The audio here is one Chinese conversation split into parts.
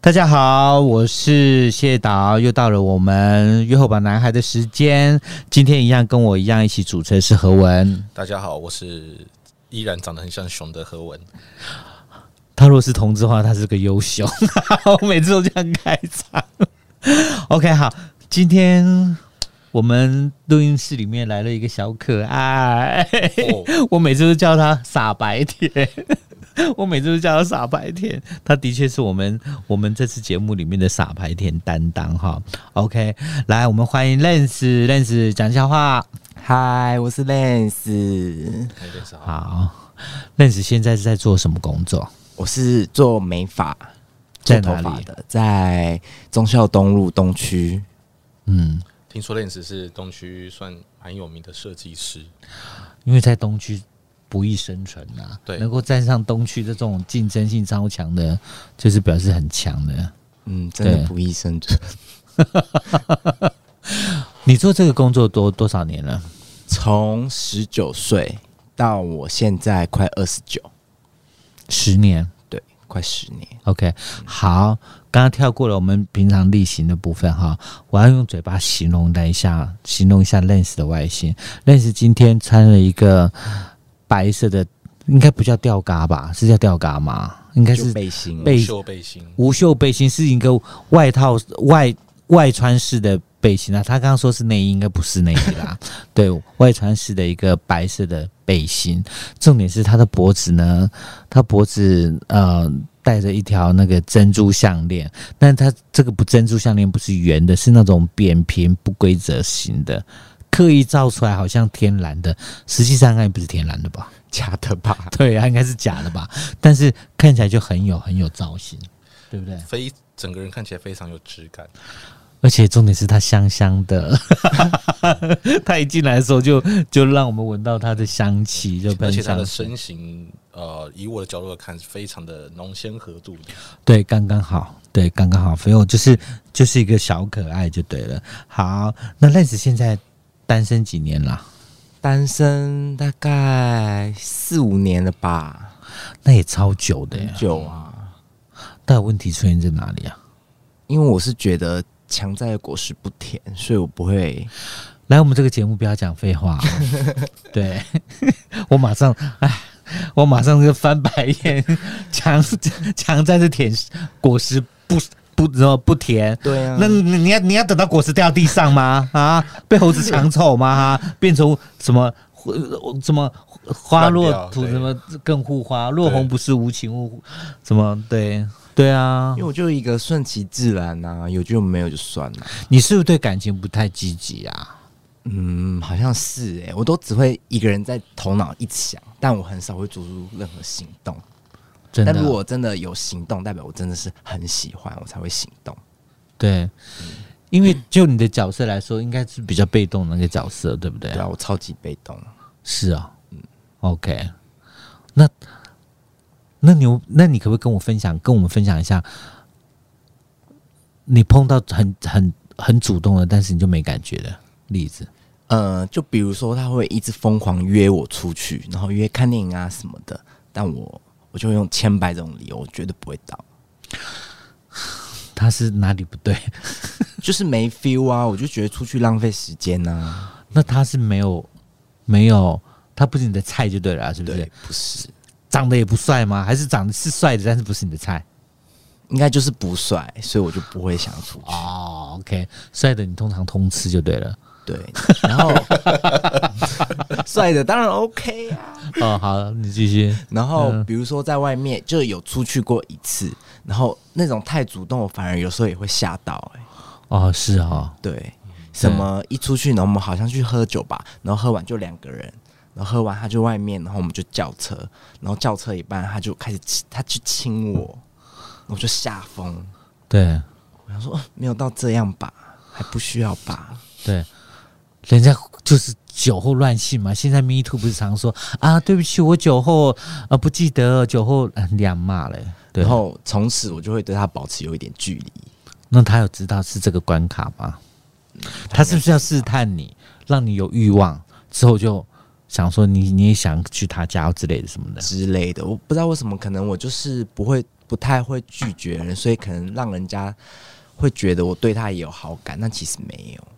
大家好，我是谢导，又到了我们约后吧男孩的时间。今天一样跟我一样一起主持的是何文，大家好，我是依然长得很像熊的何文。他如果是同志的话，他是个优秀。 我每次都这样开场。OK，好，今天我们录音室里面来了一个小可爱，哦， 我每次都叫他傻白甜。我每次都叫他傻白甜，他的确是我们我们这次节目里面的傻白甜担当哈。OK，来，我们欢迎认识认识讲笑话。嗨，我是 Lance，那个啥，好，认识现在是在做什么工作？我是做美发、做在头哪发里的，在忠孝东路东区。嗯，听说 Lens 是东区算蛮有名的设计师，因为在东区不易生存啊，对能够站上东区的这种竞争性超强的，就是表示很强的。嗯，真的对不易生存，你做这个工作多多少年了？从十九岁到我现在快二十九，十年。对，快十年。 OK，好，刚刚跳过了我们平常例行的部分哈，我要用嘴巴形容了一下，形容一下 Lens 的外形。Lens 今天穿了一个白色的，应该不叫吊嘎吧？是叫吊嘎吗？应该就是背心背袖背心，无袖背心，是一个外套外外穿式的背心啊。他刚刚说是内衣，应该不是内衣啦，对外穿式的一个白色的背心。重点是他的脖子呢，他脖子呃戴着一条那个珍珠项链，但他这个不珍珠项链不是圆的，是那种扁平不规则型的。刻意造出来好像天然的，实际上应该不是天然的吧？ 假的吧？对啊，应该是假的吧？但是看起来就很有很有造型，对不对？非整个人看起来非常有质感。而且重点是它香香的， 它一进来的时候就就让我们闻到它的香气，就而喷且他香的气身形，呃，以我的角度来看，是非常的浓鲜合度的。对，刚刚好，对，刚刚好，所以我就是就是一个小可爱就对了。好，那 Lens 现在单身几年啦？单身大概四五年了吧，那也超久的很嗯呀。久啊。但问题出现在哪里啊？因为我是觉得强摘的果实不甜，所以我不会来，我们这个节目不要讲废话、哦。 对， 我马上，哎，我马上就翻白眼，强强在是舔果实不不然后不甜，对啊那你你要你要等到果实掉地上吗？ 啊，被猴子抢走吗？哈，变成什么呃什么花落烂掉土对什么更护花，落红不是无情物，什么对对啊因为？我就一个顺其自然呐、有就没有就算了。你是不是对感情不太积极啊？嗯，好像是哎、我都只会一个人在头脑一直想，但我很少会做出任何行动。真的但，如果真的有行动，代表我真的是很喜欢，我才会行动。对，因为就你的角色来说，应该是比较被动的那个角色，对不对？对啊，我超级被动。是啊、o k 那那你有那你可不可以跟我分享，跟我们分享一下，你碰到很很很主动的，但是你就没感觉的例子？呃，就比如说他会一直疯狂约我出去，然后约看电影啊什么的，但我我就会用千百种理由，我绝对不会到，他是哪里不对？ 就是没 feel 啊，我就觉得出去浪费时间啊呐、那他是没有没有，他不是你的菜就对了啊、是不是对？，不是，长得也不帅吗？还是长得是帅的，但是不是你的菜？应该就是不帅，所以我就不会想出去。哦，OK，帅的你通常通吃就对了。对，然后 帅的当然 OK 啊。哦，好，你继续。然后比如说在外面就有出去过一次，然后那种太主动，我反而有时候也会吓到哎、哦，是哦，对，什么一出去，然后我们好像去喝酒吧，然后喝完就两个人。然后喝完，他就外面，然后我们就叫车，然后叫车一半，他就开始亲他去亲我，我就吓疯。对我想说，呃没有到这样吧，还不需要吧？对，人家就是酒后乱性嘛。现在 Me Too 不是常说啊，对不起，我酒后啊不记得酒后呃两骂嘞。对然，后从此我就会对他保持有一点距离。那他有知道是这个关卡吗？他是不是要试探你，让你有欲望之后就想说你你也想去他家之类的什么的？之类的，我不知道为什么，可能我就是不会不太会拒绝人，所以可能让人家会觉得我对他也有好感，但其实没有。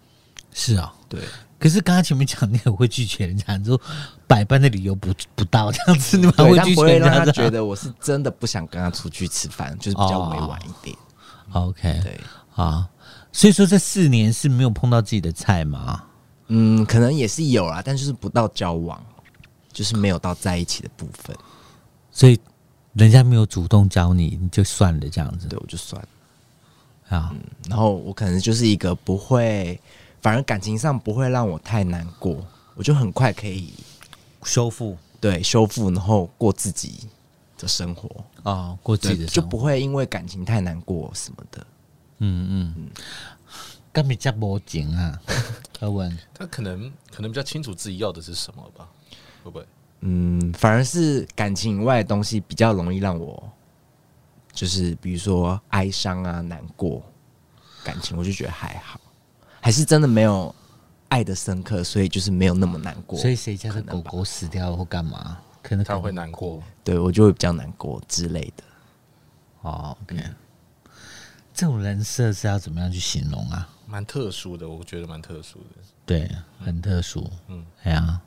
是啊、对，可是刚刚前面讲，你很会拒绝人家，你说百般的理由不不到这样子，你蛮对，会但拒不绝会人让家他的。觉得我是真的不想跟他出去吃饭，就是比较委婉一点。哦 OK，对，啊，所以说这四年是没有碰到自己的菜吗？嗯，可能也是有啦，但就是不到交往，就是没有到在一起的部分。所以人家没有主动教你，你就算了这样子对，嗯我就算了。啊。然后我可能就是一个不会，反而感情上不会让我太难过，我就很快可以修复对修复，然后过自己的生活，啊，过自对，己的就生活不会因为感情太难过什么的。嗯嗯，干比较无情啊，柯 文他可能可能比较清楚自己要的是什么吧，会不会？嗯，反而是感情以外的东西比较容易让我，就是比如说哀伤啊、难过，感情我就觉得还好，还是真的没有爱的深刻，所以就是没有那么难过。所以谁家的可能狗吧狗死掉或干嘛，可能他会难过。对我就会比较难过之类的。哦。OK，、这种人设是要怎么样去形容啊？蛮特殊的，我觉得蛮特殊的。对，很特殊。嗯，哎呀，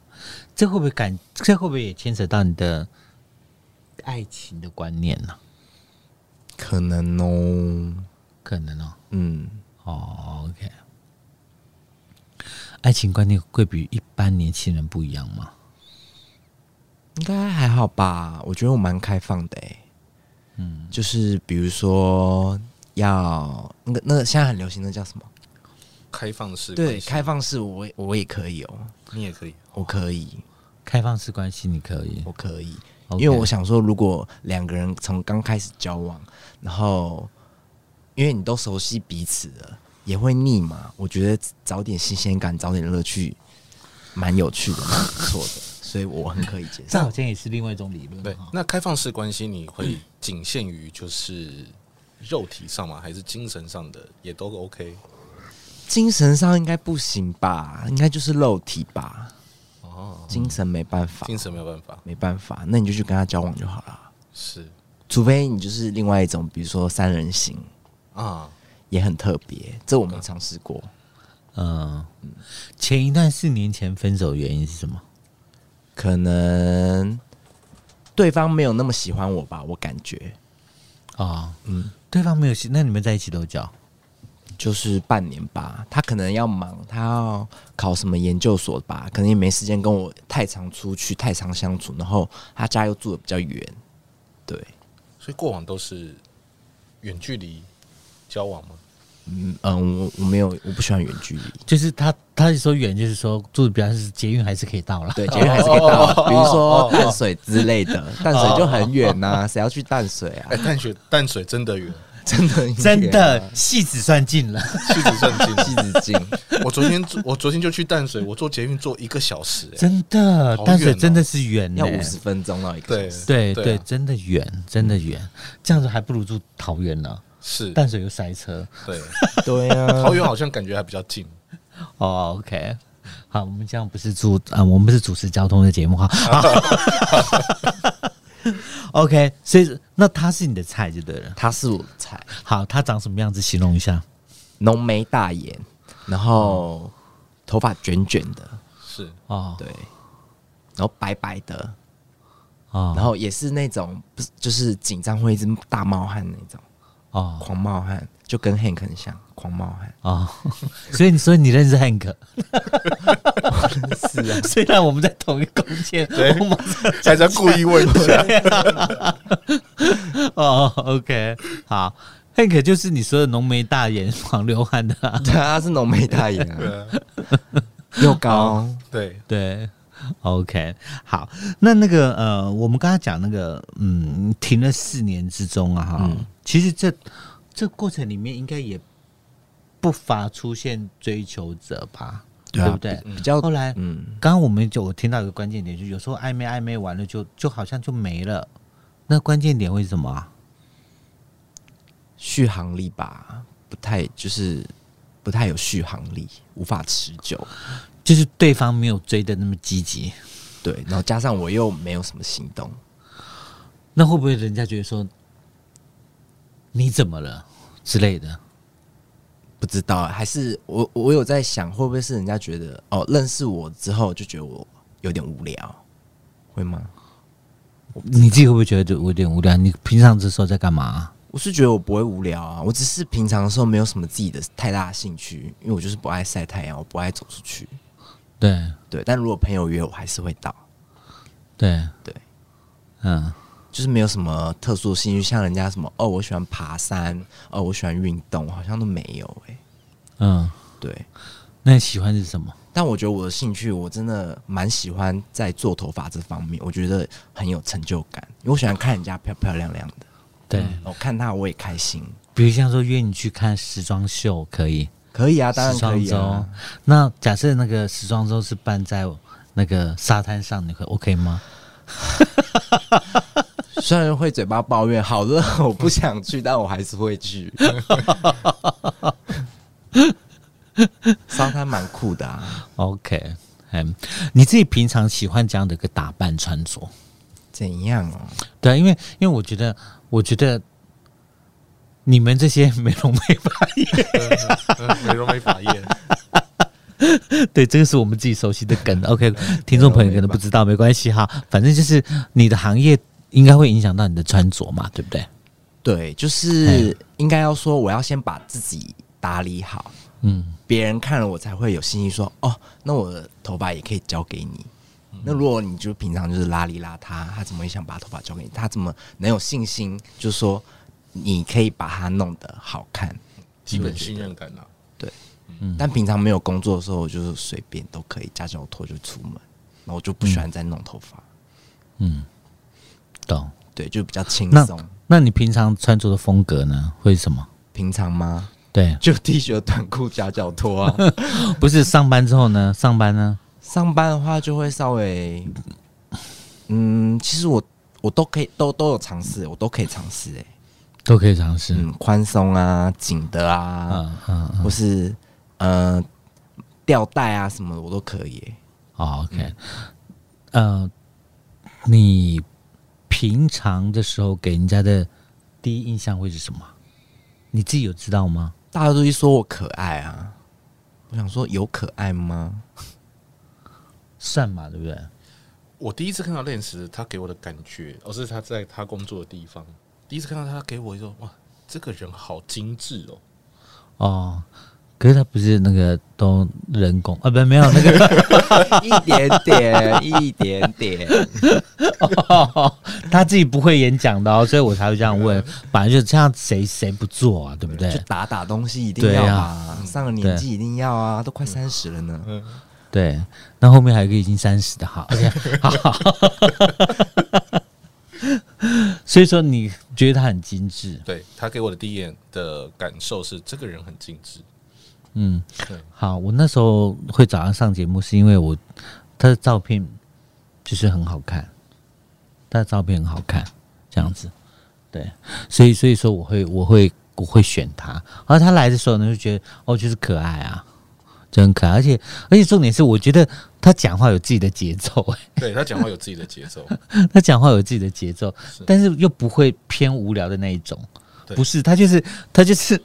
这会不会感？这会不会也牵扯到你的爱情的观念呢、可能哦，可能哦。嗯，哦，OK。爱情观念会比一般年轻人不一样吗？应该还好吧？我觉得我蛮开放的、欸，嗯，就是比如说要那个那个现在很流行的叫什么？开放式关对，系开放式我也我也可以哦、你也可以，我可以，开放式关系你可以我可以， OK 因为我想说，如果两个人从刚开始交往，然后因为你都熟悉彼此了，也会腻嘛。我觉得找点新鲜感，找点乐趣，蛮有趣的，蛮不错的，所以我很可以接这受。好像也是另外一种理论。对。那开放式关系你会仅限于就是肉体上吗？还是精神上的也都 OK？精神上应该不行吧？应该就是肉体吧，哦，精神没办法，精神没有办法，没办法，那你就去跟他交往就好了。是除非你就是另外一种，比如说三人行，啊，也很特别，这我没尝试过。嗯，前一段四年前分手原因是什么？可能对方没有那么喜欢我吧，我感觉哦，嗯，对方没有信，那你们在一起多久？就是半年吧。他可能要忙，他要考什么研究所吧，可能也没时间跟我太常出去、太常相处。然后他家又住的比较远，对，所以过往都是远距离交往吗？嗯嗯，我我没有，我不喜欢远距离。就是他，他是说远，就是说住的比较是捷运还是可以到 啦。 对，捷运还是可以到，啊比如说淡水之类的，淡水就很远呐、谁要去淡水啊 哎、？淡 水淡水真的远，真的很远啊真的戏子算尽了。去子算近。西子近，我昨天我昨天就去淡水，我坐捷运坐一个小时、哎真的，好淡水远哦真的是远、欸， 要五十分钟到一个对小时。对对对，嗯啊真的远，真的远，这样子还不如住桃园呢。是，淡水又塞车。 对，对啊，桃园好像感觉还比较近。哦，OK，好，我们这样不是住啊、我们不是主持交通的节目哈。OK，所以那他是你的菜就对了。他是我的菜，好，他长什么样子？形容一下。浓眉大眼，然后头发卷卷的，是，哦，对，然后白白的，哦，然后也是那种不是就是紧张会一直大冒汗那种，哦，。狂冒汗，就跟 Hank 很像，狂冒汗哦， 所以你说你认识 Hank，是啊， 虽然我们在同一空间，我马上 才在故意问一下。哦，OK，好，Hank 就是你说的浓眉大眼、黄流汗的、啊， 对啊，他是浓眉大眼啊， 哦又高，对，对，OK，好，那那个呃，我们刚刚讲那个，嗯，停了四年之中啊，哈、嗯其实这这过程里面应该也不乏出现追求者吧，啊不对？比比较后来，嗯，刚刚我们就我听到一个关键点，就是有时候暧昧暧昧完了就就好像就没了，那关键点会是什么啊？续航力吧，不太就是不太有续航力，无法持久。就是对方没有追的那么积极，对，然后加上我又没有什么行动，那会不会人家觉得说你怎么了之类的。不知道，还是我我有在想，会不会是人家觉得哦，认识我之后就觉得我有点无聊，会吗？你自己会不会觉得我有点无聊？你平常这时候在干嘛、我是觉得我不会无聊啊，我只是平常的时候没有什么自己的太大的兴趣，因为我就是不爱晒太阳，我不爱走出去。对对，但如果朋友约我，还是会到，对对，嗯，就是没有什么特殊的兴趣，像人家什么哦，我喜欢爬山，哦，我喜欢运动，好像都没有哎、嗯，对，那你喜欢是什么？但我觉得我的兴趣，我真的蛮喜欢在做头发这方面，我觉得很有成就感，因为我喜欢看人家漂漂亮亮的，对，我、看她我也开心。比如像说约你去看时装秀可以，可以啊，当时然可装以周。啊。那假设那个时装周是办在那个沙滩上，你会 OK 吗？虽然会嘴巴抱怨好热， 我不想去，但我还是会 去。沙滩蛮酷的啊， OK，嗯，你自己平常喜欢怎样的一个打扮穿着？怎样哦？对，因为因为我觉得，我觉得你们这些美容美发业，嗯美容美发业，对，这个是我们自己熟悉的梗。OK，听 众朋友可能不知道，没关系哈，反正就是你的行业应该会影响到你的穿着嘛，对不对？对，就是应该要说，我要先把自己打理好，嗯，别人看了我才会有信心说，哦，那我的头发也可以交给你。那如果你就平常就是邋里邋遢，他怎么会想把头发交给你？他怎么能有信心，就是说你可以把它弄得好看？基本信任感啊。但平常没有工作的时候，我就是随便都可以夹脚拖就出门，然后我就不喜欢再弄头发，嗯懂。对，就比较轻那松。那你平常穿着的风格呢？会是什么？平常吗？对，就 T 恤、短裤、夹脚拖啊。不是上班之后呢？上班呢？上班的话就会稍微，嗯，其实我我都可以，都都有尝试，我都可以尝试、欸，哎，都可以尝试。嗯嗯，宽松啊，紧的啊，嗯嗯，或是呃吊带啊什么的，我都可以、欸哦，OK，呃，你平常的时候给人家的第一印象会是什么？你自己有知道吗？大家都一说我可爱啊，我想说有可爱吗？ 算嘛，对不对？我第一次看到 Lens，他给我的感觉，而、是他在他工作的地方，第一次看到他给我一种哇，这个人好精致哦。哦，可是他不是那个都人工啊，不，没有那个 一点点，一点 点。哦，他自己不会演讲的哦，所以我才会这样问。反正就这样，谁谁不做啊，对不就对？打打东西一定要对啊，上了年对纪一定要啊，都快三十了呢。对，那后面还有一个已经三十的，好，OK，好。 所以说，你觉得他很精致，对他给我的第一眼的感受是，这个人很精致。嗯对，好，我那时候会找他上节目，是因为我他的照片就是很好看，他的照片很好看，这样子，对，所以所以说我会我会我会选他，而他来的时候呢，就觉得哦，就是可爱啊，就很可爱，而且而且重点是，我觉得他讲话有自己的节奏、 对他讲话有自己的节 奏，他讲话有自己的节奏，但是又不会偏无聊的那一种。对不是，他就是他就是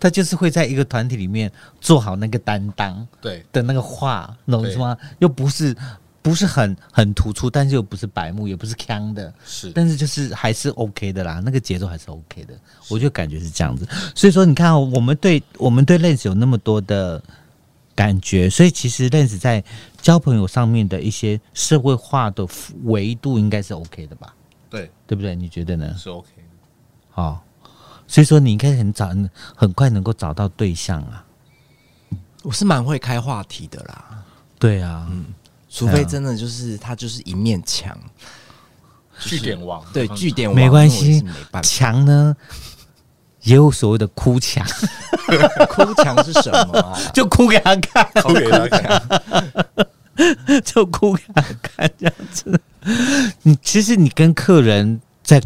他就是会在一个团体里面做好那个担当对的那个话，懂对吗？又不是不是很很突出，但是又不是白目，也不是腔的，是，但是就是还是 OK 的啦，那个节奏还是 OK 的，我就感觉是这样子。所以说，你看哦、我们对我们对 Lens 有那么多的感觉，所以其实 Lens 在交朋友上面的一些社会化的维度应该是 OK 的吧？对对不对？你觉得呢？是 OK 的。哦，所以说你应该很早很快能够找到对象啊。我是蛮会开话题的啦，对啊，除非真的就是他就是一面墙，据点王对嗯据点王没关我也系是没办，法。墙呢也有所谓的哭墙，哭墙是什么 啊？ 就哭给他看。好给 他看，，就哭给他看这样子。你其实你跟客人在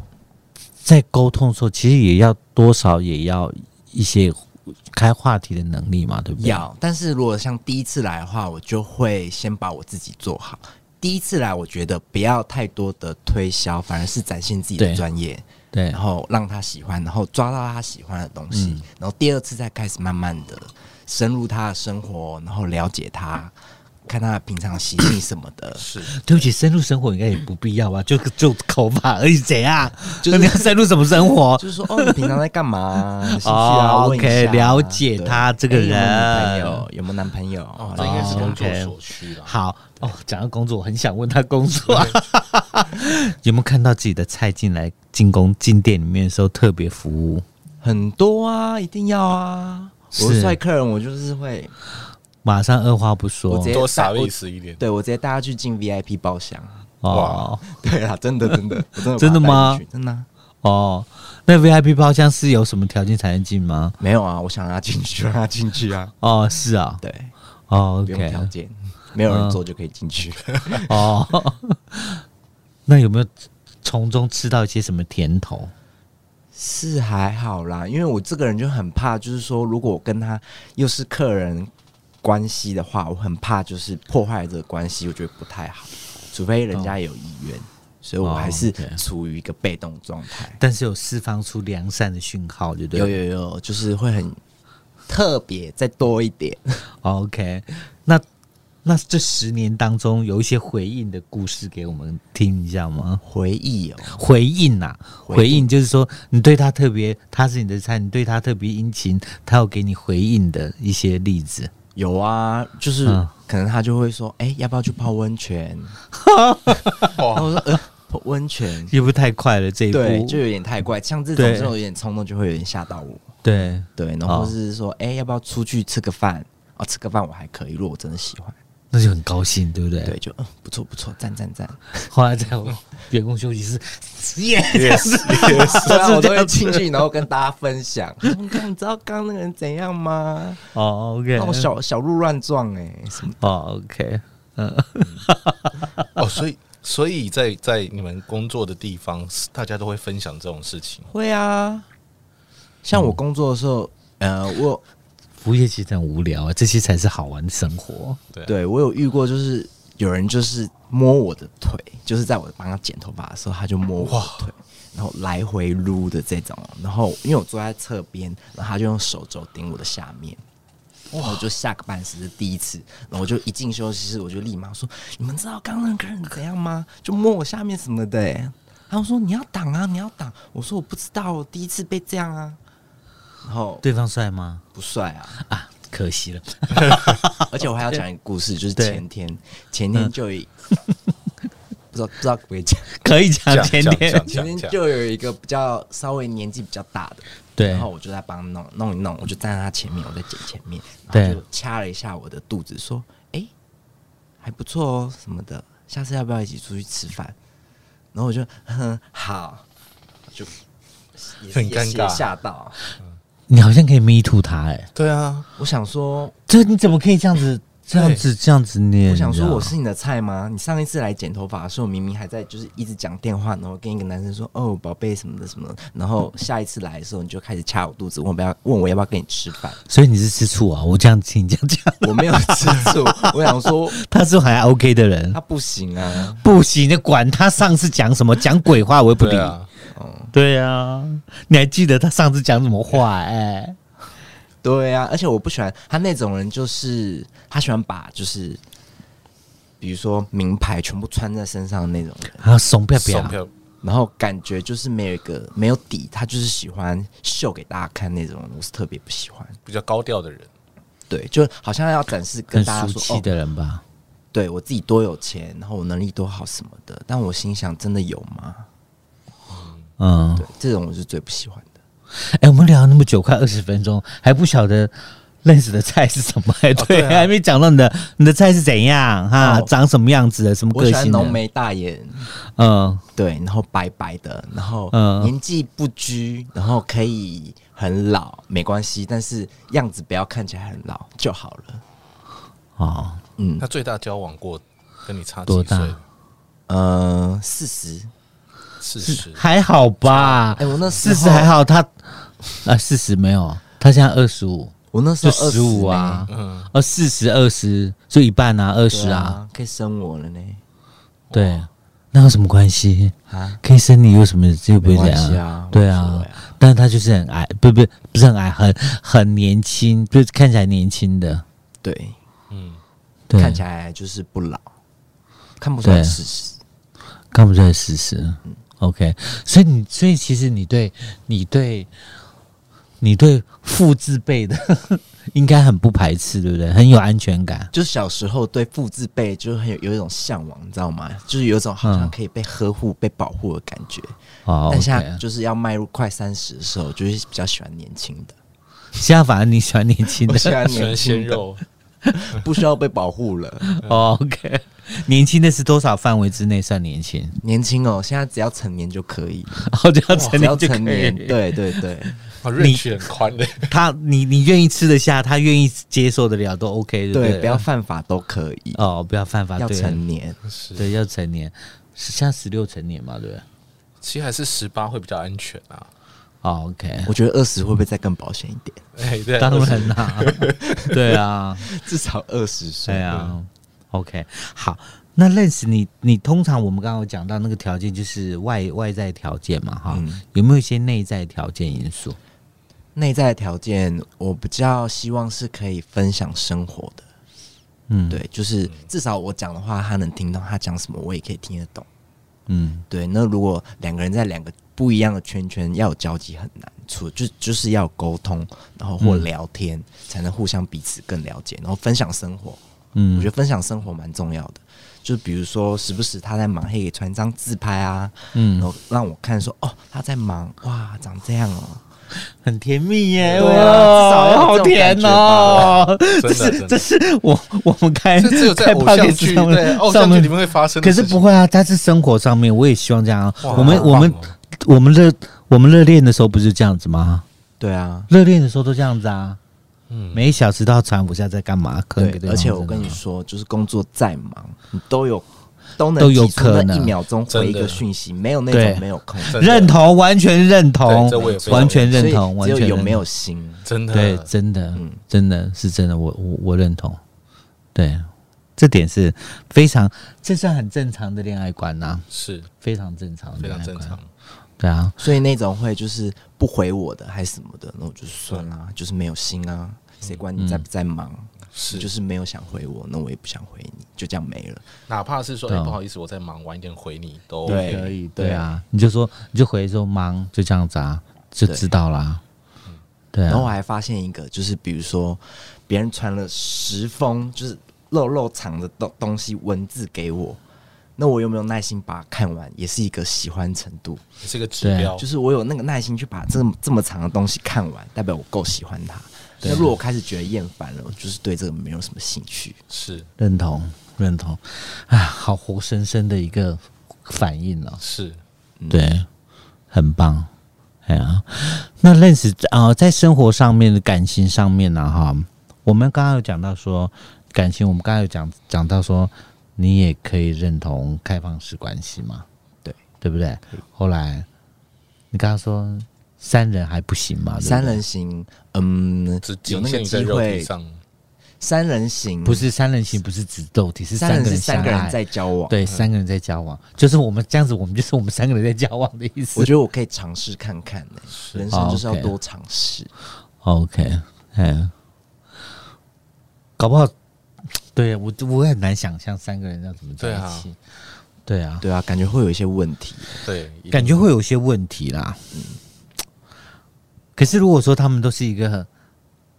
在沟通的时候，其实也要多少也要一些开话题的能力嘛，对不对？要，但是如果像第一次来的话，我就会先把我自己做好。第一次来，我觉得不要太多的推销，反而是展现自己对的专业。对然，后让他喜欢，然后抓到他喜欢的东西，嗯然后第二次再开始慢慢的深入他的生活，然后了解他，看他平常习性什么的 是对不起，深入生活应该也不必要吧？就就口法而已，怎样？就就是是你要深入什么生活？ 就是说哦，你平常在干嘛、 兴趣啊、哦问一下 OK，啊了解他对这个哎人有没有男朋友，有没有男朋友？哦哦，这应该是工作 OK 所需啦。好哦，讲到工作，我很想问他工作、 啊，有没有看到自己的菜进来进宫进店里面的时候特别服务？很多啊，一定要啊。我是是帅客人，我就是会，马上二话不我说直接多少意思一点，对我直接带他去进 VIP 包厢。 哦对啊，真的真的，我真 的真的把他带吗进去真的啊、哦，那 VIP 包厢是有什么条件才能进吗？没有啊，我想让他进去，让他进去啊。哦，是啊，对，哦不用，OK，嗯条件，没有人做就可以进去。哦， 那有没有从中吃到一些什么甜头？是还好啦，因为我这个人就很怕，就是说，如果我跟他又是客人关系的话，我很怕就是破坏这个关系，我觉得不太好，除非人家有意愿，所以我还是哦，OK 处于一个被动状态。但是有释放出良善的讯号，对不对？有有有，就是会很特别，再多一点。 OK，那那这十年当中有一些回应的故事给我们听一下吗？回忆哦，回应啊，回应回应就是说你对他特别，他是你的菜，你对他特别殷勤，他有给你回应的一些例子。有啊，就是嗯可能他就会说，哎、要不要去泡温泉？ 然后哇，我说，呃，泡温泉。也不太快了这一步，对，就有点太怪，像这种对这种有点冲动，就会有点吓到我。对对，然哦后或是说，哎、要不要出去吃个饭？哦，吃个饭我还可以，如果我真的喜欢，那就很高兴，对不对？对，就嗯，不错不错，赞赞 赞。后来在我员工休息室，耶，虽然我都会样进去，然后跟大家分 享。你看，你知道刚刚那个人怎样吗？ 哦，OK，那我小小鹿乱撞哎、什么？哦，OK，哦，所以所以在在你们工作的地方，大家都会分享这种事情。会啊，像我工作的时候，呃，我服务业其实很无聊啊，这些才是好玩的生活。对啊对我有遇过，就是有人就是摸我的腿，就是在我帮他剪头发的时候，他就摸我的腿，然后来回撸的这种。然后因为我坐在侧边，然后他就用手肘顶我的下面。哇！我就下个半时是第一次，然后我就一进休息室，我就立马说：“你们知道刚刚那个人怎样吗？就摸我下面什么的、欸。”他们说：“你要挡啊，你要挡。”我说：“我不知道，我第一次被这样啊。”然后对方帅吗？不帅啊，啊，可惜了，而且我还要讲一个故事，就是对前天，前嗯天就有一不知道不知道可不可以讲，可以讲讲前讲天讲前天就有一个比较稍微年纪比较大的，对然后我就在帮他弄弄一弄，我就站在他前面，我在剪前面，对然后就掐了一下我的肚子，说：“哎、还不错哦，什么的，下次要不要一起出去吃饭？”然后我就哼好，就也很也尴尬吓到，啊你好像可以 me too 他哎、欸，对啊，我想说，这你怎么可以这样子这样子这样子念？我想你说知道我是你的菜吗？你上一次来剪头发的时候，明明还在就是一直讲电话，然后跟一个男生说哦宝贝什么的什么的，然后下一次来的时候你就开始掐我肚子，问我要不要问我要不要跟你吃 饭，所以你是吃醋啊？我这样听你这样 讲，我没有吃醋，我想说他是还 OK 的人他，不行啊，不行，你管他上次讲什么讲鬼话，我也不理。对啊，对啊，你还记得他上次讲什么话？哎、对啊，而且我不喜欢他那种人，就是他喜欢把就是比如说名牌全部穿在身上的那种人，啊，怂不要不送要，票然后感觉就是没有一个没有底，他就是喜欢秀给大家看那种人，我是特别不喜欢。比较高调的人，对，就好像要展示跟很大家俗说气哦，的人吧？对我自己多有钱，然后我能力多好什么的。但我心想，真的有吗？嗯，对，这种我是最不喜欢的。 哎、我们聊了那么久，快二十分钟，还不晓得认识的菜是什么、哎， 对，对啊还没讲到你的你的菜是怎样哈，哦长什么样子的，什么我个喜欢性浓的，眉大眼，嗯，对，然后白白的，然后嗯年纪不拘，然后可以很老没关系，但是样子不要看起来很老就好了。哦，嗯他，最大交往过跟你差多几大岁？呃，四十，四十。还好吧？哎我那时四候十还好，他啊四十没有，他现在二十五，我那时就候二十五啊，嗯，呃四十二十就一半啊，二十对啊，啊，可以生我了呢。对，那有什么关系？啊，可以生你有什么就不没会这关系样？啊，对无所啊谓，但是他就是很矮，不不不是很矮，很很年轻，就是看起来年轻的，对，嗯，对，看起来就是不老，看不出来对事实。看不出来事实。OK，所以你所以其实你对你对你对父字辈的 应该很不排斥，对不对？很有安全感。就是小时候对父字辈就是很有有一种向往，你知道吗？就是有一种好像嗯可以被呵护、被保护的感觉。哦，但现在 OK 就是要迈入快三十的时候，就是比较喜欢年轻的，现在反而你喜欢年轻 我喜的。欢喜欢年鲜轻的，肉，不需要被保护了。哦 OK，年轻的是多少范围之内算年轻？年轻哦，现在只要成年就可以，然后就要哦成只要年就可成年，以。对对对，啊，认识很 宽的，他你你愿意吃得下，他愿意接受得了，都 OK，对不对，对？不要犯法都可以，哦，不要犯法，要对成年。是对要成年，是现在十六成年嘛，对不对？其实还是十八会比较安全啊。哦，OK，我觉得二十会不会再更保险一 点？哎，对，当然啦、对啊， 至少二十岁对啊，OK，好。那认识你，你通常我们刚刚有讲到那个条件就是外外在条件嘛，哈、嗯有没有一些内在条件因素？内在的条件，我比较希望是可以分享生活的。嗯，，对，就是至少我讲的话，他能听懂；他讲什么，我也可以听得懂。嗯对，那如果两个人在两个不一样的圈圈要有交集很难，除就就是要有沟通，然后或嗯聊天，才能互相彼此更了解，然后分享生活。嗯，我觉得分享生活蛮重要的，就是比如说时不时他在忙，他也可以传一张自拍啊，然嗯后让我看说哦他在忙，哇长这样哦，很甜蜜耶，对啊至少哇，要有好这种甜感觉吧哦，这是真的这是我我们开这只有在开偶 podcast 像剧上面对偶上像剧面里面会发生的可事是情，不会啊，但是生活上面我也希望这样啊。哇我们好棒我们哦我们热我们热恋的时候不是这样子吗？对啊，热恋的时候都这样子啊，嗯每一小时都要传五下在干嘛，可能对给，对而方且知道我跟你说，就是工作再忙，你都有都能都有挤出那可能一秒钟回真一个的讯息，没有那对种没有空，真的认同，完全认同对这我也非，常完全认所同，以完只有全有没有认心，真的同？对，真的，嗯真的是真的，我我我认同，对，这点是非常，这算很正常的恋爱观呐、是非常正常的非恋常爱观，正常。对啊，所以那种会就是不回我的还是什么的，那我就算啦、就是没有心啊，谁管你在嗯不在忙，是，你就是没有想回我，那我也不想回你，就这样没了。哪怕是说，哎、对啊不好意思，我在忙，晚一点回你都对 OK 可以对啊，你就说你就回说忙，就这样子啊，就对知道啦。嗯对然后我啊，还发现一个，就是比如说别人传了十封就是肉肉长的东东西文字给我，那我有没有耐心把它看完，也是一个喜欢程度。也是个指啊标，就是我有那个耐心去把这么这么长的东西看完，代表我够喜欢它。那如果我开始觉得厌烦了，我就是对这个没有什么兴趣。是认同认同，啊，好活生生的一个反应哦。是嗯对，很棒。哎呀，那认识啊、呃在生活上面的感情上面呢、哈，我们刚刚有讲到说感情，我们刚刚有讲讲到说，你也可以认同开放式关系嘛？对，对不对？后来你刚刚说三人还不行嘛？对不对三人行，嗯只，有仅那限个于在机肉体会，上，三人行不是三人行，不是指肉体，是嗯三人个是人三相个人爱在嗯交往。对，三个人在交往，就是我们这样子，我们就是我们三个人在交往的意思我。觉得我可以尝试看看呢、人生就是要哦，OK 多尝试。 OK，嗯，搞不好，对我我也很难想象三个人要怎么在一起。对啊，对啊，感觉会有一些问题。对，一定感觉会有些问题啦。可是如果说他们都是一个很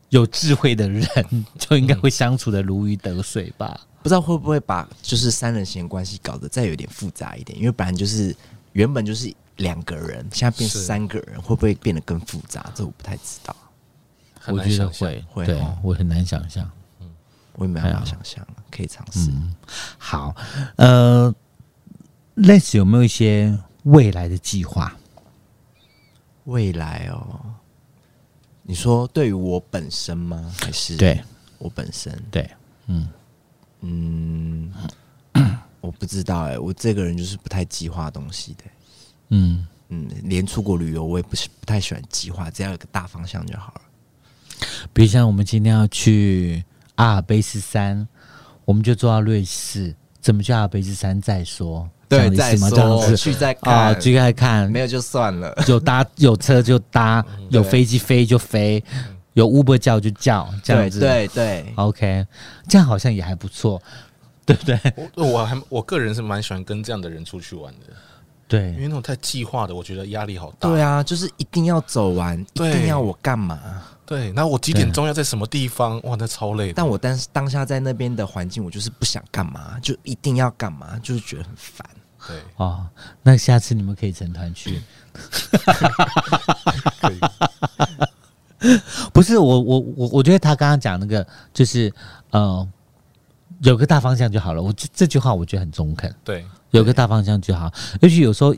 有智慧的人， 就应该会相处的如鱼得水吧。不知道会不会把就是三人行关系搞得再有点复杂一点，因为本来就是原本就是两个人，现在变是三个人，会不会变得更复杂？这我不太知道，很我难觉得想象会，会对哦我很难想象。我也没办哎法呀嗯想象，啊可以尝试。好，呃，类似有没有一些未来的计划？未来哦，你说对于我本身吗？还是对我本身？对，嗯，嗯， 我不知道哎、我这个人就是不太计划东西的、欸嗯，嗯，连出国旅游我也不是不太喜欢计划，只要有个大方向就好了。比如像我们今天要去阿尔卑斯山，我们就做到瑞士，怎么去阿尔卑斯山再说。这对样，的意再思吗？这样说子去再啊，看，举开看没，有嗯就算了。有搭有车就 搭，有对飞机飞就飞，有 Uber 叫就叫，这样对子。对对， OK，这样好像也还不错，对不对？我我还我个人是蛮喜欢跟这样的人出去玩的，因为对，那种太计划的，我觉得压力好大。对啊，就是一定要走完，一对定要我干嘛？对，那我几点钟要在什么地方？哇，那超累的。但我当时当下在那边的环境，我就是不想干嘛，就一定要干嘛，就是觉得很烦。对，哦，那下次你们可以成团去。可以不是我，我我我觉得他刚刚讲那个就是呃，有个大方向就好了。我这这句话我觉得很中肯，对有个大方向就好。也许有时候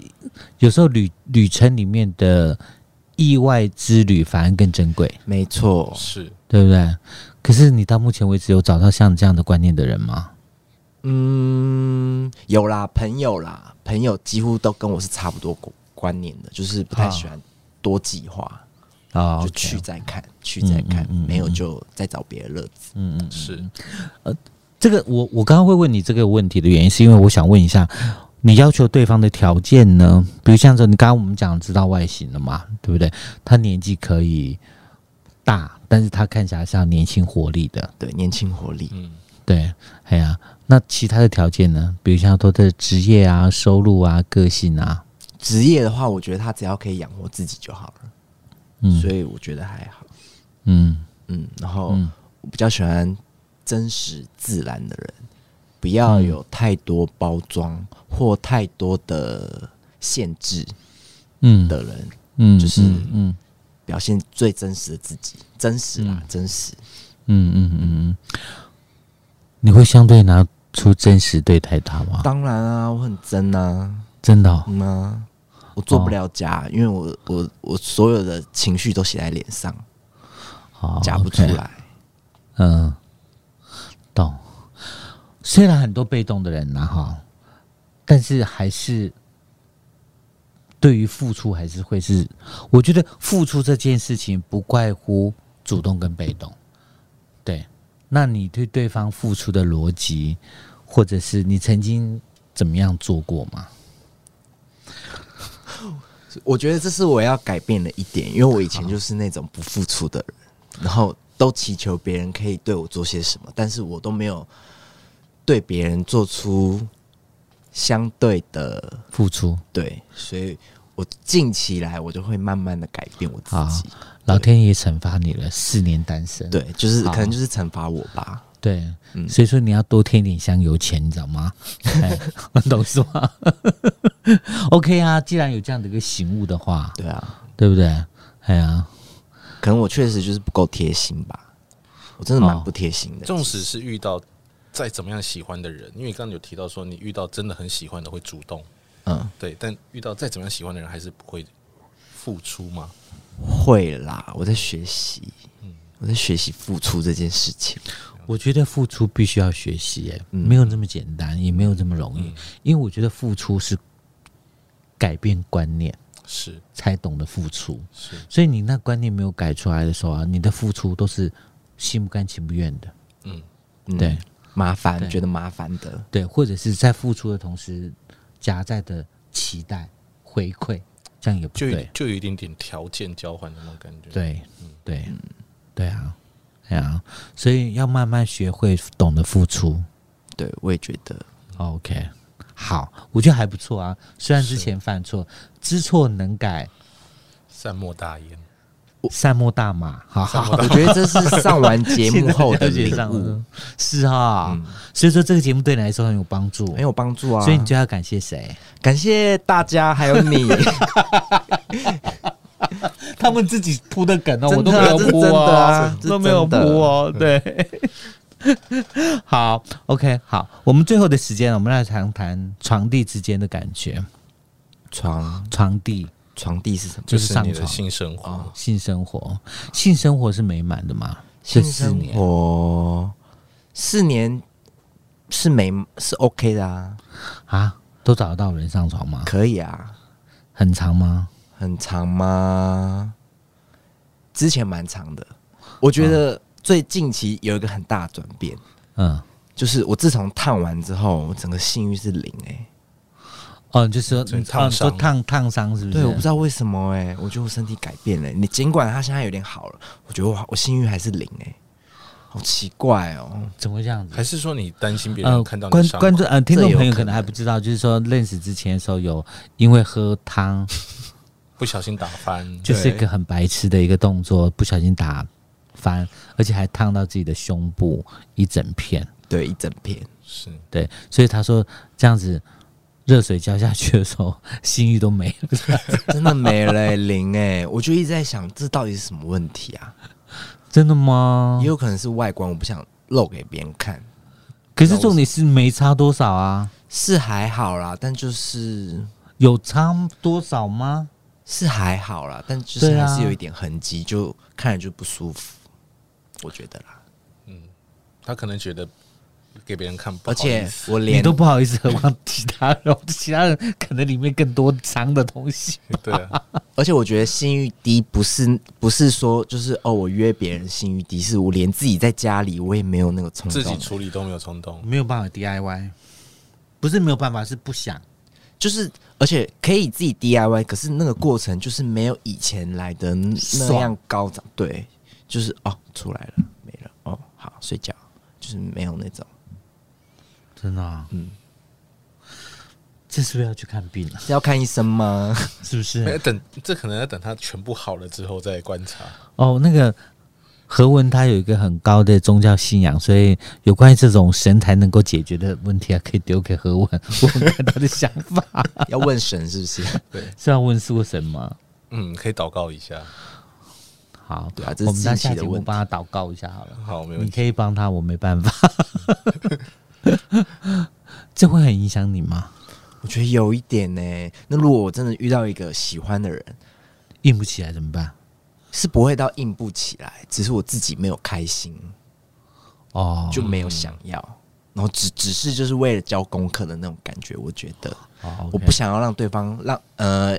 有时候旅旅程里面的意外之旅反而更珍贵，没哦错，是，对不对？可是你到目前为止有找到像这样的观念的人吗？嗯，有啦，朋友啦，朋友几乎都跟我是差不多观观念的，就是不太喜欢多计划，啊、就 OK 哦去，再看，去再看，嗯嗯嗯没有就再找别的乐子。嗯嗯，是这个我我刚刚会问你这个问题的原因，是因为我想问一下，你要求对方的条件呢？比如像这，你刚刚我们讲知道外形了嘛，对不对？他年纪可以大，但是他看起来像年轻活力的，对，年轻活力，嗯，对，哎呀、那其他的条件呢？比如像他的职业啊、收入啊、个性啊，职业的话，我觉得他只要可以养活自己就好了，嗯所以我觉得还好。嗯嗯，然后嗯我比较喜欢真实自然的人，不要嗯有太多包装或太多的限制嗯的人，嗯，就是嗯嗯表现最真实的自己，真实啦，真实。嗯嗯嗯嗯，你会相对拿出真实对待他吗？当然啊，我很真啊，真的哦、嗯啊，我做不了假，因为我我我所有的情绪都写在脸上，好假不出哦 OK 来。嗯，懂。虽然很多被动的人呐、哈，但是还是对于付出还是会是，我觉得付出这件事情不怪乎主动跟被动。对，那你对对方付出的逻辑，或者是你曾经怎么样做过吗？我觉得这是我要改变的一点，因为我以前就是那种不付出的人，然后都祈求别人可以对我做些什么，但是我都没有对别人做出相对的付出，对，所以我近期来我就会慢慢的改变我自己。老天爷惩罚你了，四年单身。对，就是好可能就是惩罚我吧。对，嗯所以说你要多添一点香油钱，你知道 吗？哎我懂是吗 ？OK 啊，既然有这样的一个醒悟的话，对啊，对不对？哎呀，可能我确实就是不够贴心吧，我真的蛮哦不贴心嗯的。纵使是遇到再怎么样喜欢的人，因为你刚刚有提到说你遇到真的很喜欢的会主动，嗯，对，但遇到再怎么样喜欢的人还是不会付出吗？会啦，我在学习，我在学习付出这件事情。我觉得付出必须要学习耶，嗯没有那么简单，也没有这么容易，因为我觉得付出是改变观念是才懂得付出，是，所以你那观念没有改出来的时候啊，你的付出都是心不甘情不愿的，嗯，嗯对。麻烦，对觉得麻烦的，对，或者是在付出的同时夹在的期待回馈，这样也不就有对。就有一点点条件交换的那种感觉。，对，嗯对，对啊，对啊，所以要慢慢学会懂得付出。对我也觉得， OK，好，我觉得还不错啊。虽然之是前犯错，知错能改，善莫大焉。善莫大马。好好， 我觉得这是上完 节 目后的了解礼上物，了是啊、所以说这个节目对你来说很有帮助，很有帮助啊。所以你就要感谢谁？感谢大家，还有你， 他们自己铺的梗哦，我真都的没啊，有这是铺真的哦，啊，这是都没有真铺的。哦，对。 好，OK，好，我们最后的时间，我们来谈谈床地之间的感觉。床床地床地是什么？就是是上你的床、哦性生活，性生活，性生活是美满的嘛？这性四生年活四年是没是 OK 的啊，啊，都找得到人上床吗？可以啊，很长吗？很长吗？之前蛮长的，我觉得最近期有一个很大的转变，嗯，就是我自从烫完之后，我整个性欲是零哎、哦，你就是说对你烫哦你说伤烫烫伤是不是？对，我不知道为什么哎、我觉得我身体改变了、欸你尽管他现在有点好了，我觉得我我性欲还是零哎、好奇怪哦、怎么会这样子。还是说你担心别呃人，看到你观伤口观众呃，听这众有朋友可可能还不知道，就是说认识之前的时候有因为喝汤，不小心打翻，就是一对个很白痴的一个动作，不小心打翻，而且还烫到自己的胸部一整片。对，一整片，是对，所以他说这样子热水浇下去的时候，性欲都没了。 真的没了、欸、 零哎、我就一直在想，这到底是什么问题啊？真的吗也？有可能是外观，我不想露给别人看，可是重点是没差多少啊，是还好啦，但就是有差多少吗？是还好啦，但就对是啊还是有一点痕迹，就看着就不舒服，我觉得啦。他可能觉得给别人看不而好意且思，我你脸都不好意思往其他人，其他人可能里面更多脏的东西。对 啊，而且我觉得性欲低不是不是说就是哦，我约别人性欲低，是我连自己在家里我也没有那个冲自己动，处理都没有冲动，没有办法 DIY，不是没有办法，是不想。就是而且可以自己 DIY，可是那个过程就是没有以前来的那样爽高涨，对，就是哦出来了没了哦好睡觉，就是没有那种真的、嗯，这是不是要去看病了？是要看医生吗？ 是不哎是？等这可能要等他全部好了之后再观察，哦，那个何文他有一个很高的宗教信仰，所以有关于这种神才能够解决的问题啊，可以丢给何文， 问问看他的想法。要问神是不是？ 是要问是为什么？嗯，可以祷告一下，好，对啊这是我们在近期下的节目问题帮他祷告一下好了。好，没问你题，可以帮他，我没办 法。这会很影响你吗？我觉得有一点呢、那如果我真的遇到一个喜欢的人，硬不起来怎么办？是不会到硬不起来，只是我自己没有开心，哦，就没有想要，然后只只是就是为了交功课的那种感觉。我觉得哦我 OK 不想要让对方让呃，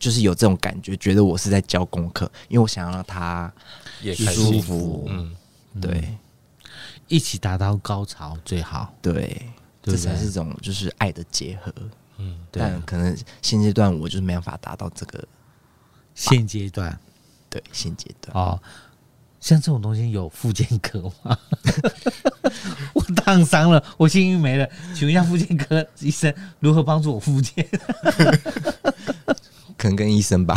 就是有这种感觉，觉得我是在交功课，因为我想要让他嗯也开舒心，服。嗯，对、一起达到高潮最好。对，对这不对才是种就是爱的结合。嗯，对但可能现阶段我就是没办法达到这个。现阶段对，现阶段哦，像这种东西有附件科吗？ 我烫伤了，我幸运没了，请问一下附件科医生如何帮助我复健？ 可能跟医生吧，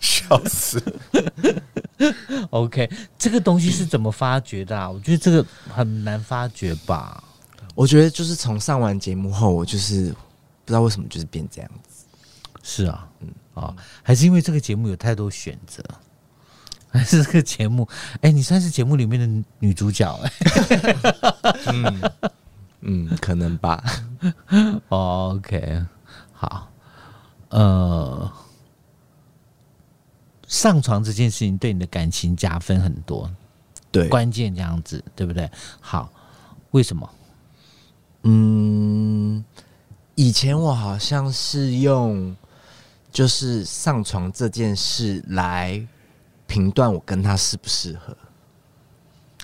笑 死， OK，这个东西是怎么发掘的、啊？我觉得这个很难发掘吧。 我觉得就是从上完节目后，我就是不知道为什么就是变这样子。是啊，嗯啊，还是因为这个节目有太多选择， 还是这个节目？哎、你算是节目里面的女主角哎、嗯，可能吧。 OK，好，呃，上床这件事情对你的感情加分很多，对，关键这样子，对不对？好，为什么？嗯，以前我好像是用就是上床这件事来评断我跟他适不适合。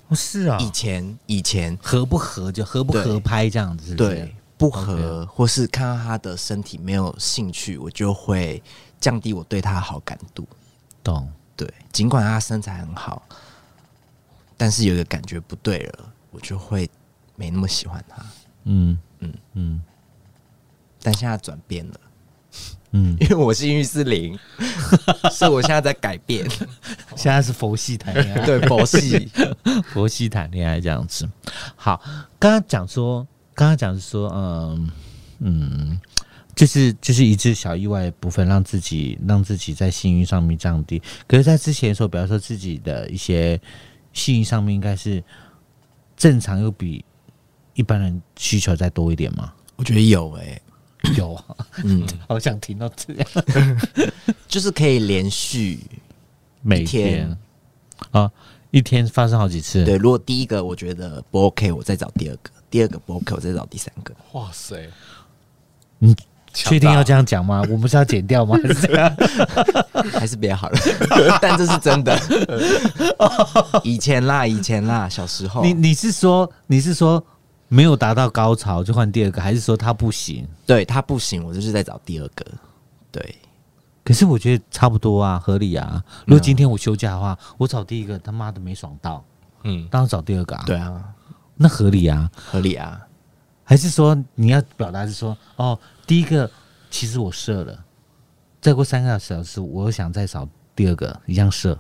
哦，是啊以前，以前合不合就合不对合拍这样子是不是，对不合或是看到他的身体没有兴趣，我就会降低我对他的好感度。懂。对，尽管他身材很好，但是有一个感觉不对了，我就会没那么喜欢他。嗯嗯嗯但现在转变了，嗯，因为我性欲是 零，所以我现在在改变。现在是佛系啊谈恋爱，对，佛系，佛系谈恋爱这样子。好，刚刚讲说，刚刚讲说，嗯嗯，就是就是一次小意外的部分，让自己让自己在性欲上面降低。可是，在之前的时候，比方说自己的一些性欲上面，应该是正常又比一般人需求再多一点嘛？我觉得有哎、有啊，嗯，好想听到这 样。就是可以连续每一天啊，一天发生好几次，对。如果第一个我觉得不 OK，我再找第二个；第二个不 OK，我再找第三 个。哇塞，你强大嗯确定要这样讲吗？我们是要剪掉 吗？还 是啊这样？还是比较好了， 但这是真的。 以前啦，以前啦，小时候，你你是说你是说没有达到高潮就换第二个，还是说他不行？对他不行，我就是在找第二个。对，可是我觉得差不多啊，合理啊。如果嗯今天我休假的话，我找第一个他妈的没爽到，嗯，当然找第二个啊，对啊，那合理啊。合理啊。还是说你要表达是说，哦，第一个其实我射了，再过三个小时，我又想再找第二个一样射，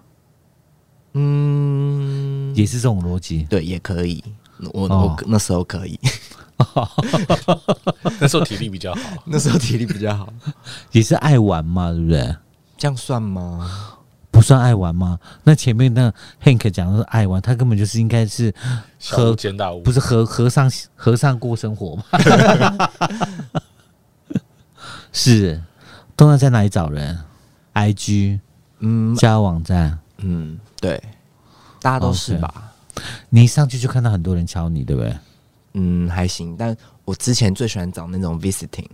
嗯，也是这种逻辑。对，也可以。我、哦我那时候可以，那时候体力比 较好， 那时候体力比较好，也是爱玩嘛，对不对？这样算吗？不算爱玩吗？那前面那 Hank 讲的是爱玩，他根本就是应该是小巫见大巫不。是和和尚和尚过生活嘛？ 是，都要在哪里找人？IG 嗯加网站，嗯，对，大家都是吧？你一上去就看到很多人敲你，对不对？嗯，还行。但我之前最喜欢找那种 visiting。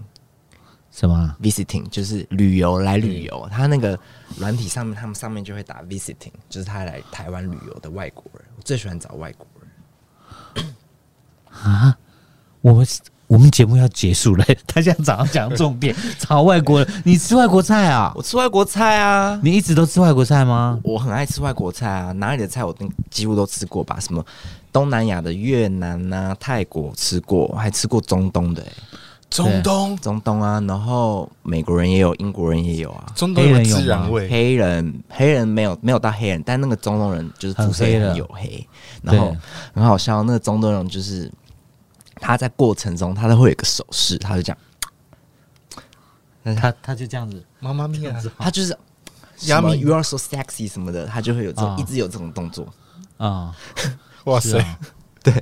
什么？ visiting 就是旅游来旅游，他那个软体上面，他们上面就会打 visiting，就是他来台湾旅游的外国人。我最喜欢找外国人，我们我们节目要结束了， 他现在早上讲重点，找外国人。你吃外国菜啊？我吃外国菜啊，你一直都吃外国菜吗？我很爱吃外国菜啊，哪里的菜我都几乎都吃过吧，什么东南亚的越南啊、泰国吃过，还吃过中东的欸、中东，中东啊，然后美国人也有，英国人也有啊。中东有黑没有人有孜吗然味，黑人，黑人没有没有到黑人，但那个中东人就是肤色也很黑很了黝黑，然后对很好笑。那个中东人就是他在过程中，他都会有一个手势，他就这样，他他就这样子，妈妈咪啊啊呀！他就是什么 Yummy “you are so sexy” 什么的，他就会有这种、啊一直有这种动作。啊、哇是塞，啊，对，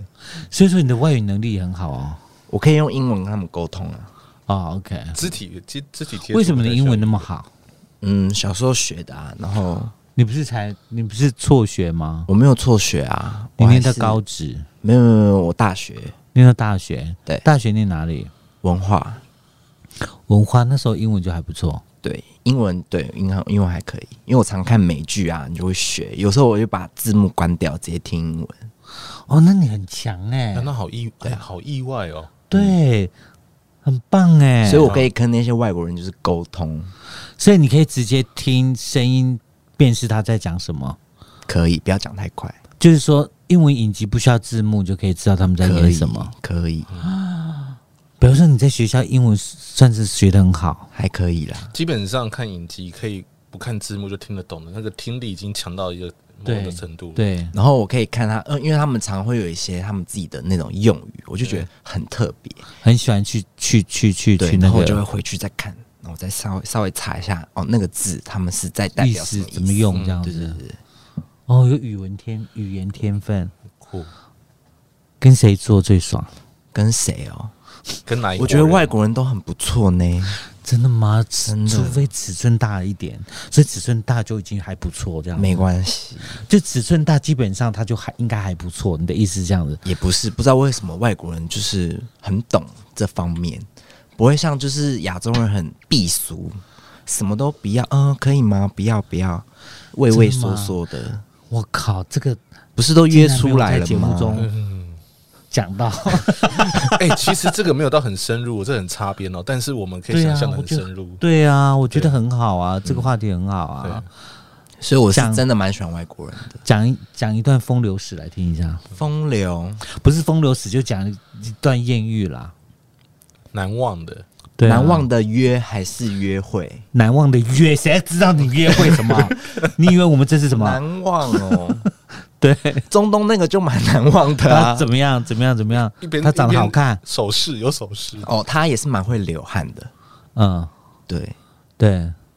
所以说你的外语能力也很好哦。我可以用英文跟他们沟通啊。哦，OK，肢体肢肢体接触为什么你的英文那么？么好？嗯，小时候学的啊，然后你不是才你不是辍学吗？我没有辍学啊，你我还念是到高职，没有没有没有，我大学念到大学，对大学念哪里？文化文化那时候英文就还不错，对英文对英文英文还可以，因为我常看美剧啊，你就会学。有时候我就把字幕关掉，直接听英文。哦，那你很强哎、欸难道好意哎，好意外哦！对，很棒哎、所以我可以跟那些外国人就是沟通，所以你可以直接听声音辨识他在讲什么，可以不要讲太快，就是说英文影集不需要字幕就可以知道他们在可演以什么。？可以，比如说你在学校英文算是学得很好，还可以啦。基本上看影集可以不看字幕就听得懂的，那个听力已经强到一个某对的程度。，对，然后我可以看他，嗯、因为他们常会有一些他们自己的那种用语，我就觉得很特别。很喜欢去去去嗯去对，去那然后我就会个回去再看，然后我再稍微稍微查一下，哦，那个字他们是在代意表什思么怎么用这样对对子。对，对哦，有语文天语言天分，酷，跟谁做最爽？跟谁哦？跟哪一国人？我觉得外国人都很不错呢。真的吗？真的除非尺寸大一点，所以尺寸大就已经还不错，这样没关系，就尺寸大基本上它就还应该还不错。你的意思是这样子？也不是不知道为什么外国人就是很懂这方面，不会像就是亚洲人很避俗，什么都不要，嗯、可以吗？不要不要，畏畏缩缩的，我靠，这个不是都约出来了竟然没有在节目吗？ 中嗯，讲到，哎，其实这个没有到很深入，这很擦边哦。但是我们可以对啊想象我的很觉得深入。 对啊，我觉得很好啊，这个话题很好对啊，，所以我讲是真的蛮喜欢外国人的讲一讲一段风流史来听一下，风流，不是风流史就讲一段艳遇啦，难忘的。对啊难忘的约还是约会，难忘的约，谁知道你约会什 么？你以为我们这是什么？难忘哦。对，中东那个就蛮难忘 的他啊。怎么样？怎么样？怎么样一？边他长得一边好看，手势有手势，哦，他也是蛮会流汗的，嗯，对。对，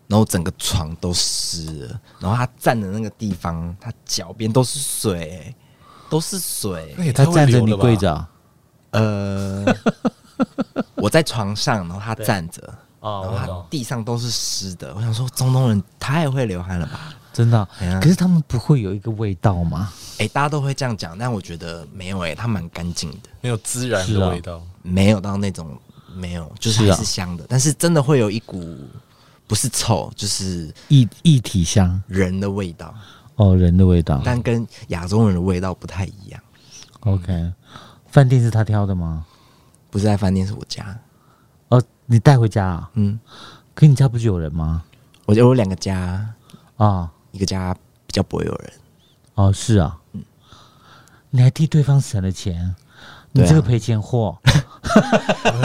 然后整个床都湿了，然后他站的那个地方，他脚边都是水，都是水。那也他哎太会站着流你了吧跪，着啊， 呃，我在床上，然后他站着，然后哦，我他懂地上都是湿的。我想说，中东人太会流汗了吧？真的啊。哎呀可是他们不会有一个味道吗？哎、大家都会这样讲，但我觉得没有哎、他蛮干净的，没有孜然是啊的味道。没有到那种没有，就是是啊还是香的，但是真的会有一股不是臭，就是一一体香人的味道，哦，人的味道。但跟亚洲人的味道不太一样。 OK，饭店是他挑的吗？不是在饭店，是我家。哦，你带回家啊？嗯，可你家不是有人吗？我我有两个家，啊、一个家比较不会有人，哦，是啊，你还替对方省了钱，你对啊这个赔钱货，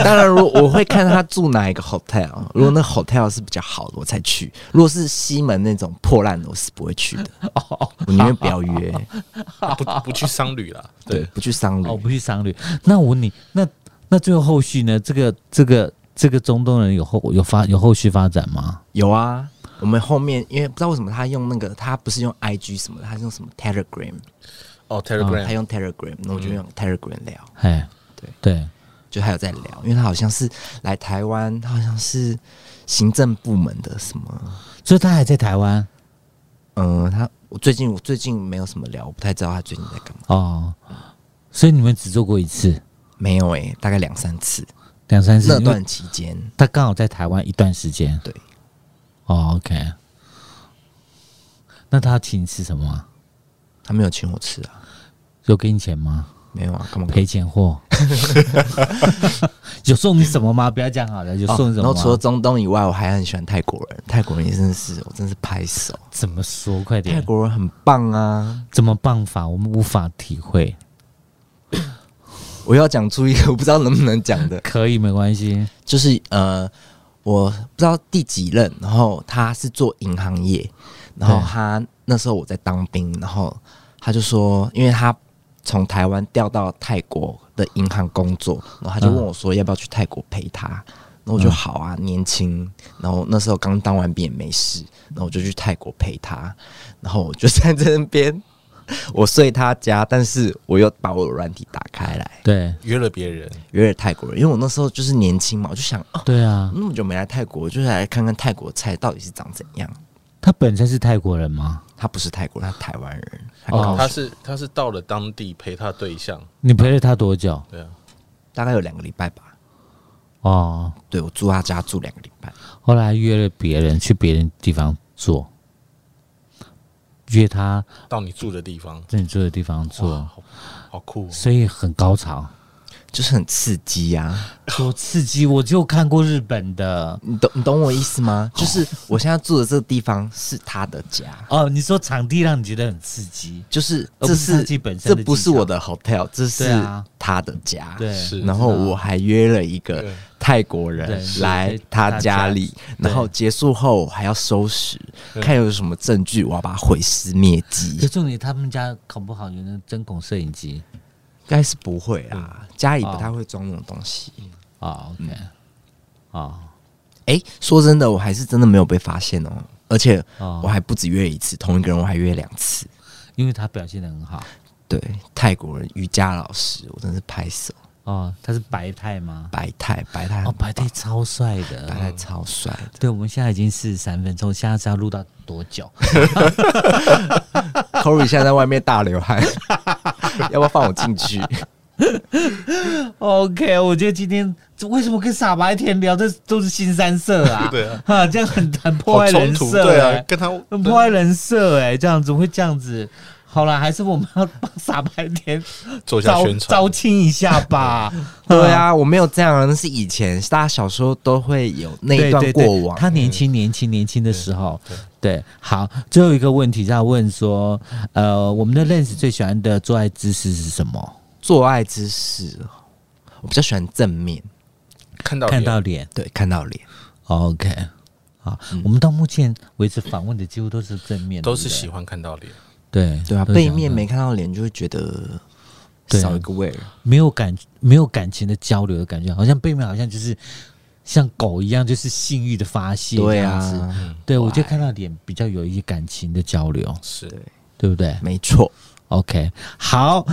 当然，如果我会看他住哪一个 hotel，如果那 hotel 是比较好的，我才去；如果是西门那种破烂的，我是不会去的。我宁愿不要 约，不不去商旅啦。对，对，不去商哦，旅。不去商旅。那我问你，那那最后后续呢？这个这个这个中东人有后有发有后续发展吗？有啊，我们后面因为不知道为什么他用那个，他不是用 IG 什么的，他是用什么 Telegram，哦他，Telegram，用 Telegram，那我嗯就用 Telegram 聊，哎，对对，就还有在聊，因为他好像是来台湾，他好像是行政部门的什么，所以他还在台湾嗯，他我最近我最近没有什么聊，我不太知道他最近在干嘛，哦，所以你们只做过一次，没有诶、大概两三次，两三次，那因为段期间。他刚好在台湾一段时间。对，哦，OK。那他请你吃什么啊？他没有请我吃啊，有给你钱吗？没有啊，干嘛赔钱 货？有送你什么吗？不要讲好了，有哦送你什然么啊后吗？除了中东以外，我还很喜欢泰国人，泰国人也真的是，我真是拍手，怎么说？快泰点！国人很棒啊！哎怎么办法？我们无法体会。我要讲出一个我不知道能不能讲的，可以，没关系。就是呃，我不知道第几任，然后他是做银行业，然后对他那时候我在当兵，然后他就说，因为他从台湾调到泰国的银行工作，然后他就问我说要不要去泰国陪他，然后我就好啊，年轻，然后那时候刚当完兵也没事，然后我就去泰国陪他，然后我就在这边。我睡他家，但是我又把我的软体打开来，对，约了别人，约了泰国人，因为我那时候就是年轻嘛，我就想，哦，对啊，那么久没来泰国，就是来看看泰国菜到底是长怎样。他本身是泰国人吗？他不是泰国人，他台湾人，他哦高雄他是他是到了当地陪他对象，你陪了他多久？对啊，大概有两个礼拜吧。哦，对我住他家住两个礼拜，后来约了别人去别人地方做，约他到你住的地方，在你住的地方哇做，好好酷哦，所以很高潮，就是很刺激呀、啊。多刺激！我就看过日本的。你懂你懂我意思吗？就是我现在住的这个地方是他的家，哦，你说场地让你觉得很刺激，就是而这不是是他自己本身这的不技是巧我的 hotel，这对是啊他的家。对，是然后我还约了一个对泰国人对来是他他家家里，对然后结束后我还要收拾，对？看有什么证据，我要把它毁尸灭迹可。重点他们家搞不好有那针孔摄影机应该是不会啦，家里不哦太会装那种东西。哦 o k 哦哎、说真的，我还是真的没有被发现哦，而且哦，我还不止约一次，同一个人我还约两次。因为他表现的很好对，泰国人瑜伽老师，我真是拍手，哦，他是白太吗？白泰白泰哦，白太超帅的，白泰超帅的，对，我们现在已经四十三分钟，下次要录到多久？ Corey 现在在外面大 流汗，要不要放我进去？。OK，我觉得今天这为什么跟傻白甜聊，这都是新三色啊 对啊哈，这样很很破好坏冲人突，设、对啊欸，跟他很破坏人设哎、这样子会这样子。好啦，还是我们要帮傻白甜做一下招宣招传，亲一下吧对啊，我没有这样啊，那是以前大家小时候都会有 那对，一段对对过往。他年轻、年轻、年轻的时候，对，好，最后一个问题要问说，呃，我们的 Lens 最喜欢的做爱姿势是什么？做爱姿势，我比较喜欢正面，看到看脸到脸。对，看到脸。 OK，好，我们到目前为止访问的几乎都是正面的，嗯都对是不对喜欢看到脸，对对啊，都是喜背欢面的没看到脸，就会觉得对啊少一个味儿。没有感没有感情的交流的感觉，好像背面好像就是像狗一样，就是性欲的发泄这对样子。嗯啊，对我就看到脸比较有一些感情的交流，是对对 不对没错。 ？OK，好。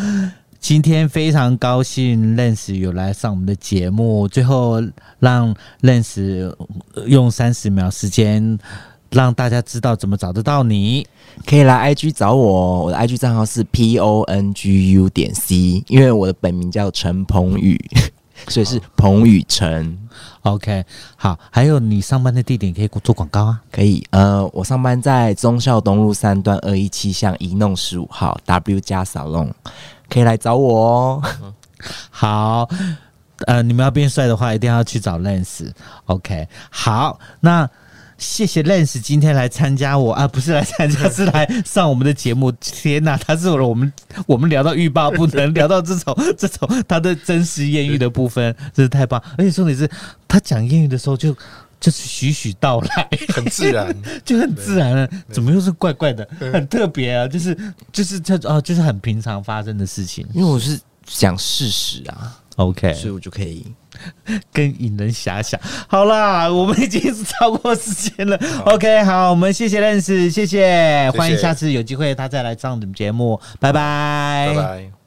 今天非常高兴认识有来上我们的节目，最后让认识用三十秒时间让大家知道怎么找得到你。可以来 IG 找我哦，我的 IG 账号是 P O N G U 点 C，因为我的本名叫陈鹏宇， 所以是彭宇晨。 OK，好，还有你上班的地点可以做广告啊。可以，呃，我上班在忠孝东路三段嗯二一七巷一弄十五号 W 加 salon，可以来找我哦。好，呃，你们要变帅的话，一定要去找 Lens。OK，好，那谢谢 Lens 今天来参加我啊，不是来参加，是来上我们的节目。天哪，他是我们我们聊到欲罢不能，聊到这种 这种他的真实艳遇的部分，真是太棒。而且重点是他讲艳遇的时候就。就是徐徐道来， 很自然。就很自然了，怎么又是怪怪的，很特别啊！就是就是这哦，就是很平常发生的事情。因为我是讲事实啊， OK，所以我就可以。跟引人遐想。好啦，我们已经是超过时间了。OK，好，我们谢谢认识，谢谢，欢迎下次有机会他再来上我们节目，拜拜拜拜。